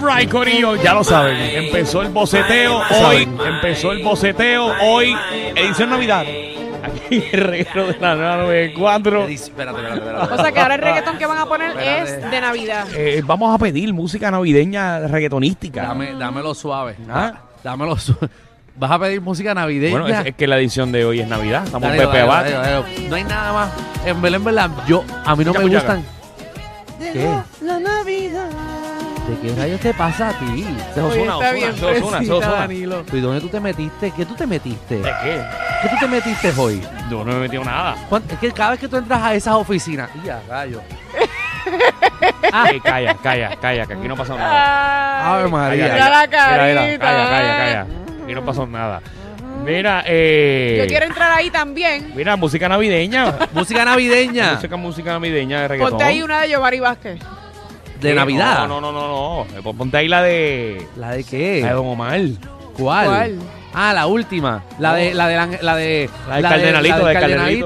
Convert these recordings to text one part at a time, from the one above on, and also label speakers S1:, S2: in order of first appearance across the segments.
S1: right, Corillo, ya lo saben. Empezó el boceteo hoy. Empezó el boceteo hoy. Edición Navidad. Aquí el reguero de la 994.
S2: Espérate, espérate, espérate.
S3: O sea que ahora el reggaetón que van a poner es de Navidad.
S1: Eh, vamos a pedir música navideña reggaetonística.
S2: Dame, dámelo suave.
S1: Ah.
S2: Dámelo suave. Vas a pedir música navideña.
S1: Bueno, es, es que la edición de hoy es Navidad. Estamos
S2: Dale,
S1: Pepe
S2: dale,
S1: Abad.
S2: dale, dale. No hay nada más. En Belén, verdad, yo, a mí no
S1: Escucha,
S2: me
S1: escucha
S2: gustan. ¿De qué rayos te pasa a ti?
S1: Se
S3: Oye,
S1: Ozuna,
S3: está
S1: Ozuna,
S3: bien
S1: se Ozuna, se
S3: fresita,
S1: Ozuna.
S3: Danilo.
S2: ¿Y dónde tú te metiste? ¿Qué tú te metiste?
S1: ¿De qué?
S2: ¿Qué tú te metiste hoy?
S1: Yo no me he metido nada.
S2: ¿Cuán- Es que cada vez que tú entras a esas oficinas. ¡Ya, rayo! Ah.
S1: Eh, calla, calla, calla, que aquí no pasó nada.
S2: ¡Ave
S3: Ay,
S2: María!
S3: Mira la
S1: mira,
S3: carita.
S1: Calla, calla, calla. Aquí no pasó nada. Mira, eh.
S3: Yo quiero entrar ahí también.
S1: Mira, música navideña.
S2: Música navideña.
S1: Música, música navideña de reggaetón.
S3: Ponte ahí una de Giovanni Vázquez.
S2: De
S1: Sí,
S2: Navidad.
S1: No, no, no, no. no. Eh, pon- Ponte ahí la de.
S2: ¿La de qué?
S1: La de Don Omar.
S2: ¿Cuál?
S3: ¿Cuál?
S2: Ah, la última. La de la de la, la de
S1: Oh. La del cardenalito,
S2: la
S1: la del
S2: del cardenalito,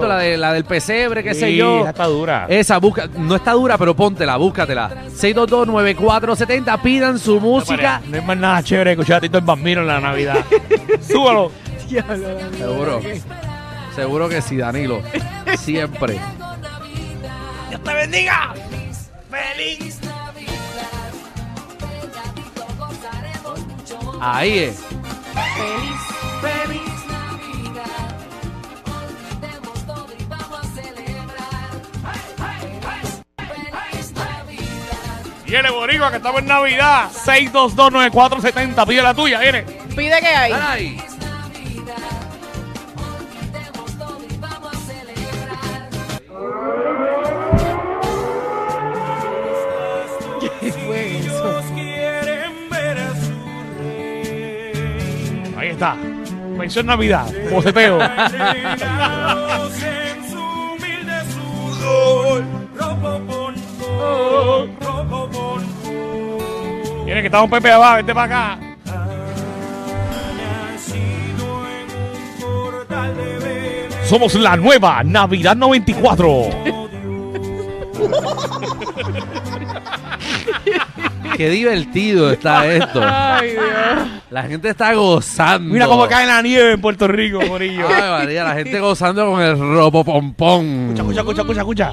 S1: cardenalito.
S2: la de la del pesebre, qué sé
S1: Sí,
S2: yo.
S1: esa está dura.
S2: Esa busca, no está dura, pero póntela, búscatela. 6229470 pidan su música.
S1: No hay más nada chévere que escuchar a Tito el Bambino en la Navidad. Súbalo.
S2: Seguro. Seguro que sí, Danilo. Siempre.
S1: ¡Dios te bendiga! ¡Feliz!
S2: Ahí es.
S3: Feliz.
S1: Viene Boricua, que estamos en Navidad. 6229470. Pide la tuya, viene.
S3: Pide que hay.
S2: Ay.
S1: Ahí está. Mención Navidad. Boceteo. Viene que estamos Pepe abajo, vente para acá. Somos la nueva Navidad 94.
S2: Qué divertido está esto.
S3: Ay, Dios.
S2: La gente está gozando.
S1: Mira cómo cae la nieve en Puerto Rico, Corillo.
S2: Ay, María, la gente gozando con el robo pompón.
S1: Escucha, escucha, escucha, escucha.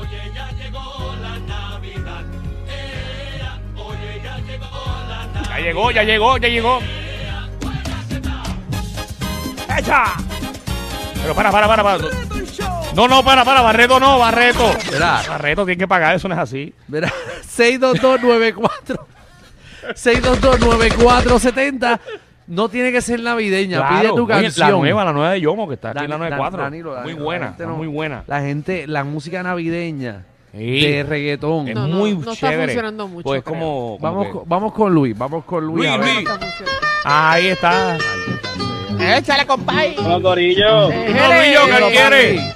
S1: Ya llegó, ya llegó, ya llegó. ¡Echa! Pero para, para, para, para. No, no, para, para, Barreto no, Barreto.
S2: Mira.
S1: Barreto tiene que pagar, eso no es así.
S2: Mira, 62294 6229470 No tiene que ser navideña, pide tu
S1: Oye,
S2: canción.
S1: La nueva, la nueva de Yomo, que está aquí en la
S2: Dan- Dan-
S1: 94.
S2: Danilo,
S1: muy
S2: Danilo,
S1: buena,
S2: la gente
S1: está
S2: no-
S1: muy buena.
S2: La gente, la música navideña
S1: Sí.
S2: de reggaetón.
S1: Es
S3: No, no,
S1: muy
S3: no está
S1: chévere.
S3: funcionando mucho,
S1: Pues
S3: creo.
S1: como. como
S2: vamos,
S1: que-
S2: con, vamos con Luis, vamos con Luis.
S1: Luis,
S2: a ver.
S1: Luis. Ahí está.
S3: Échale, compay.
S4: Hola Corillo,
S3: Eh,
S1: Corillo, que lo quiere.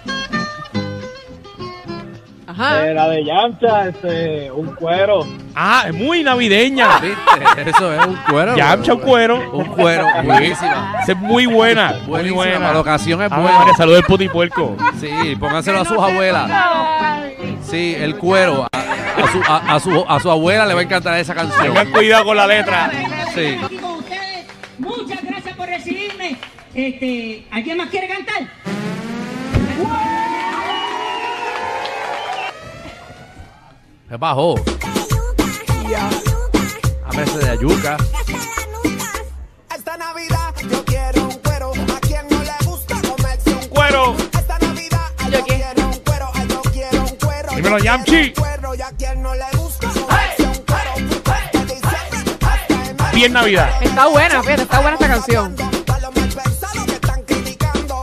S3: Ajá.
S4: Eh, la de Yamcha, este, un cuero.
S1: Ah, es muy navideña.
S2: ¿Viste? Eso es un cuero.
S1: Yamcha un cuero.
S2: Un cuero, buenísima.
S1: Esa es muy buena. Muy
S2: Buenísima,
S1: buena.
S2: la ocasión es
S1: Ah,
S2: buena.
S1: María, saludos del putipuerco.
S2: Sí, póngaselo a sus abuelas. Sí, el cuero. A, a su, a- a su- a su abuela le va a encantar esa canción.
S1: Tengan cuidado con la letra.
S2: Sí.
S5: Con ustedes. Muchas gracias por recibirme. Este, ¿Alguien más quiere cantar?
S2: Se bajó. A veces de yuca.
S6: Esta Navidad yo quiero un cuero. A quien no le gusta comerse un cuero.
S1: Cuero.
S6: Esta Navidad ay,
S3: ¿Yo
S6: yo
S3: qué?
S6: quiero un cuero. ay, yo quiero un cuero. yo
S1: Dímelo,
S6: quiero
S1: Yamchi.
S6: un cuero, Y a quien no le gusta comerse un cuero. De diciembre hasta enero.
S1: Bien Navidad.
S3: Está buena, fíjate, está buena esta canción.
S6: Pa' los malpensados que están criticando.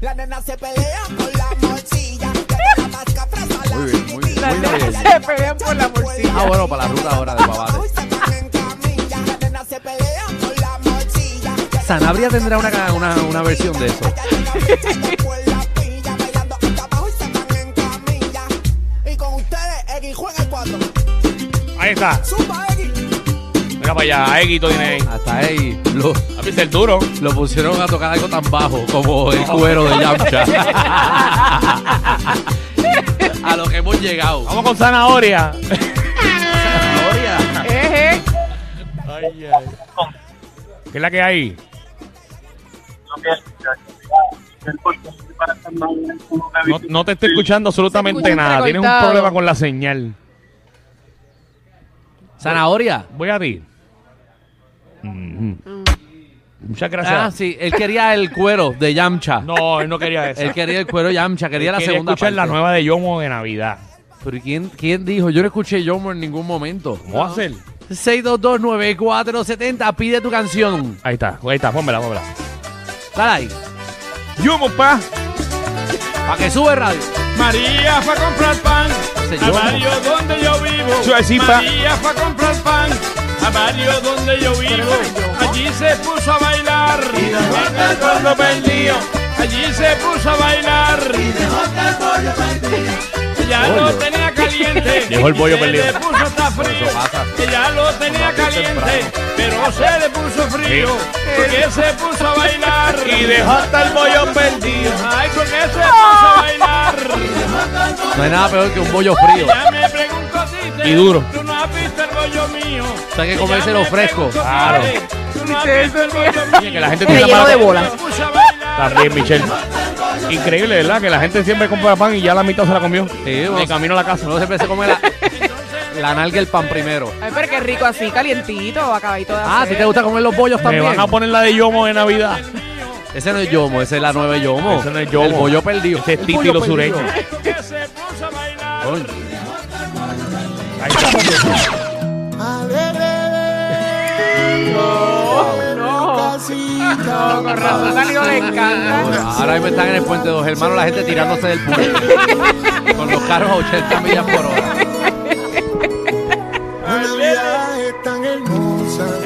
S6: La nena se pelea por la morcilla. Que la vasca fresa la
S2: Muy bien, muy bien,
S6: chiquitilla.
S3: Las
S2: muy bien.
S3: nenas se pelean por la morcilla.
S2: Ah, bueno, para la ruta ahora de babate.
S6: Hoy se van en camilla. La nena se pelea por la morcilla. Que la
S2: Sanabria tendrá una, ca- una, una versión de eso.
S6: Y con ustedes, X juega el 4.
S1: Ahí está.
S6: Zumba, X.
S1: Mira para allá. Eguito tiene ahí.
S2: Hasta ahí lo,
S1: A mí es el duro.
S2: lo pusieron a tocar algo tan bajo como el cuero de Yamcha. a lo que hemos llegado.
S1: Vamos con zanahoria.
S3: Eh,
S2: Gloria.
S3: Eje.
S1: Ay, ay. ¿Qué es la que hay? No, no te estoy escuchando absolutamente
S7: Se escucha
S1: nada. Tienes un
S7: entrecortado.
S1: problema con la señal.
S2: Zanahoria.
S1: Voy a ti. Mhm. Muchas gracias.
S2: Ah, sí, él quería el cuero de Yamcha.
S1: No, él no quería eso.
S2: Él quería el cuero Yamcha, quería la segunda
S1: escuchar la
S2: parte.
S1: nueva de Yomo de Navidad.
S2: Pero ¿y ¿quién, quién dijo? Yo no escuché Yomo en ningún momento.
S1: ¿Cómo va a hacer?
S2: 6229470, pide tu canción.
S1: Ahí está, ahí está, pónmela, pónmela.
S2: Dale ahí,
S1: Yomo, pa.
S2: para que sube el radio.
S8: María fue a comprar pan
S2: Ese
S8: a
S2: Yomo.
S8: barrio donde yo vivo.
S1: Suavecita.
S8: María fue a comprar pan a barrio donde yo vivo. Allí se puso a bailar y dejó el pueblo perdido. Allí se puso a bailar y dejó el pueblo perdido. Ya lo tenía caliente.
S1: Dejó el bollo
S8: y se
S1: perdido.
S8: Le puso hasta frío. Que ya lo tenía caliente, pero se le puso frío. Porque se puso a bailar y dejó hasta el bollo perdido. Ay, con eso se puso a bailar.
S2: No hay nada peor que un bollo frío.
S8: Ya me pregunto si te-
S1: Y duro.
S8: Tú no has visto el bollo mío.
S2: sea, hay que
S8: Ya
S2: comérselo
S8: me
S2: fresco.
S8: pregunto si
S1: Claro.
S8: te- Tú no has visto el bollo mío.
S1: Que la gente
S7: Pero
S1: tiene
S7: lleno
S1: mala-
S7: de bolas.
S8: Me puse a bailar.
S1: También, Michelle. Increíble, ¿verdad? Que la gente siempre compra pan y ya la mitad se la comió.
S2: vamos.
S1: de camino a la casa.
S2: Uno siempre se come la, la nalga y el pan primero.
S7: Ay, pero qué rico así, calientito, acabadito de
S2: Ah, si
S7: hacer.
S2: te gusta comer los bollos
S1: Me
S2: también.
S1: van a poner la de Yomo de Navidad.
S2: Ese no es yomo, ese es la nueva yomo.
S1: Ese no es yomo.
S2: El bollo perdido.
S1: Ese es
S2: El
S1: Titi
S2: bollo
S1: lo sureño.
S2: perdido.
S8: Que se puso a bailar.
S2: Coño.
S1: Ahí está.
S7: No, con razón salió de encanta.
S2: Ahora mismo están en el puente dos hermanos, la gente tirándose del puente. con los carros a 80 millas por hora.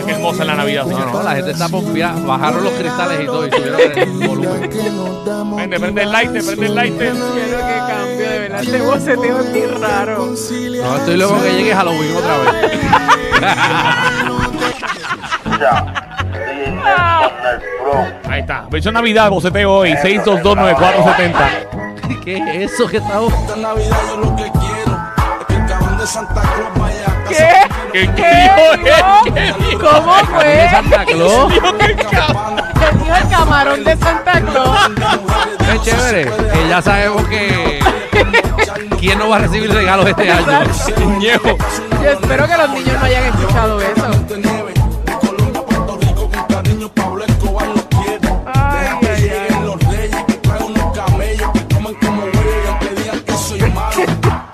S1: Qué hermosa es la Navidad,
S2: No,
S1: señor.
S2: no, la gente está pompeada. Bajaron los cristales y todo y subieron el volumen.
S1: Prende, prende el light, prende el light.
S7: Pero qué cambio, de verdad. Este boceteo es muy raro.
S2: No, estoy luego que llegue Halloween otra vez.
S3: Ah,
S1: Ahí está. Versión Navidad, boceteo hoy. 6229470.
S2: ¿Qué es eso que está bu-
S7: ¿Qué?
S1: ¿Qué, qué
S7: ¿Qué?
S1: dijo él? ¿Qué dijo?
S7: ¿Cómo
S2: ¿Qué
S7: fue?
S2: es Santa Claus?
S1: Dijo que
S7: Te dijo el camarón de Santa Claus.
S2: Qué chévere. Que ya sabemos que. ¿Quién no va a recibir regalos este año?
S1: cañejo.
S7: Yo espero que los niños no hayan escuchado eso. Ay, ay, ay.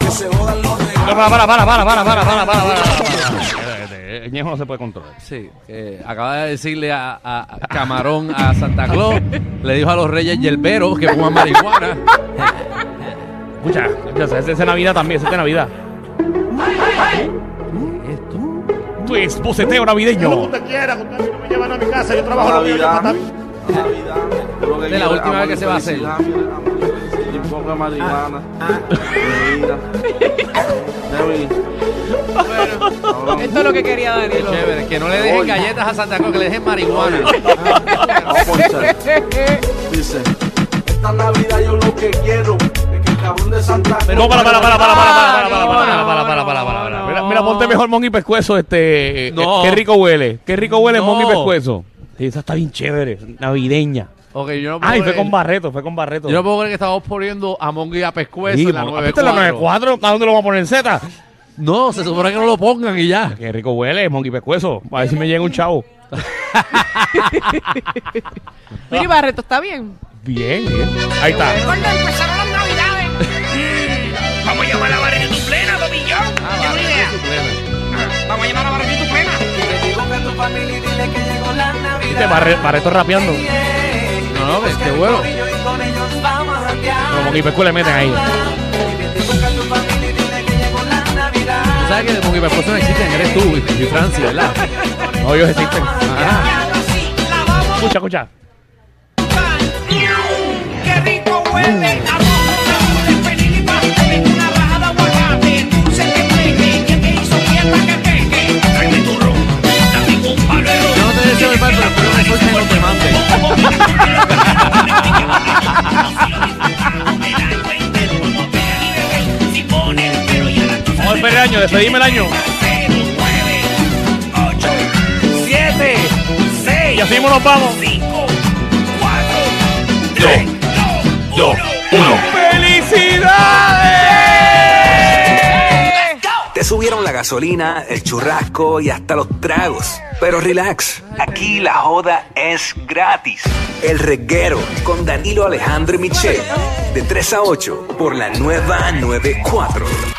S1: No, para, para, para, para, para, para, para, para, para, para. El ñejo no se puede controlar.
S2: Sí, que acaba de decirle a, a- a Camarón a Santa Claus, le dijo a los reyes yerberos que fuman marihuana.
S1: Escucha, escucha, es de Navidad también, es de Navidad. Esto es boceteo navideño.
S2: Esta es la última vez que se va a hacer. Ah,
S7: Esto es lo que quería Danilo.
S2: Chévere, que no le dejen galletas a Santa Claus, que le dejen marihuana.
S9: Esta Navidad yo lo que quiero es que el cabrón de Santa Claus.
S1: No, para, para, para, para, para, para, para, para, para, para, para, para, para. Mira, mira, ponte mejor mon y pescuezo, este. eh,
S2: No.
S1: Qué rico huele. Qué rico huele
S2: No.
S1: mon y pescuezo. Sí, esa está bien chévere, navideña.
S2: Ok, yo no puedo
S1: Ay, fue
S2: creer-
S1: con Barreto, fue con Barreto.
S2: Yo no puedo creer que estamos poniendo a Mongo y a Pescuezo
S1: Sí,
S2: en la
S1: mon- ¿viste la
S2: 94.
S1: 94? ¿A dónde lo vamos a poner en Z?
S2: No, se supone que no lo pongan y ya.
S1: Qué rico huele, mon y pescuezo. A ver si me llega un chavo.
S7: Mira, y Barreto está bien.
S1: Bien, bien. Ahí está.
S5: Cuando empezaron las navidades. Vamos a llamar a Barreto Plena, papillón.
S1: Ah,
S5: Tengo una idea. Vamos a llamar a Barreto Plena.
S1: Viste, Este Barre- Barreto rapeando.
S2: No, no, este bueno. pues,
S1: Pero mon y pescuezo le meten ahí.
S2: Tú sabes que Mongo y Pescuezo no existen, eres tú y, y Francia, ¿verdad?
S1: No, ellos existen.
S2: Ajá.
S1: ah. Escucha, escucha.
S5: Qué rico huele a mojo de pernil y pastel, una raja de aguacate, dulce que pegue, que te hizo fiesta que pegue. Tráeme tu ron, dame un palo de
S2: Yo no te deseo el mal, pero espero que suerte no te mande.
S1: Vamos al año, despedime el año. así mismo nos vamos.
S5: Cinco, cuatro, tres, dos, uno.
S10: Te subieron la gasolina, el churrasco y hasta los tragos. Pero relax, aquí la joda es gratis. El reguero con Danilo Alejandro y Michel. De 3 a 8 por la nueva 94.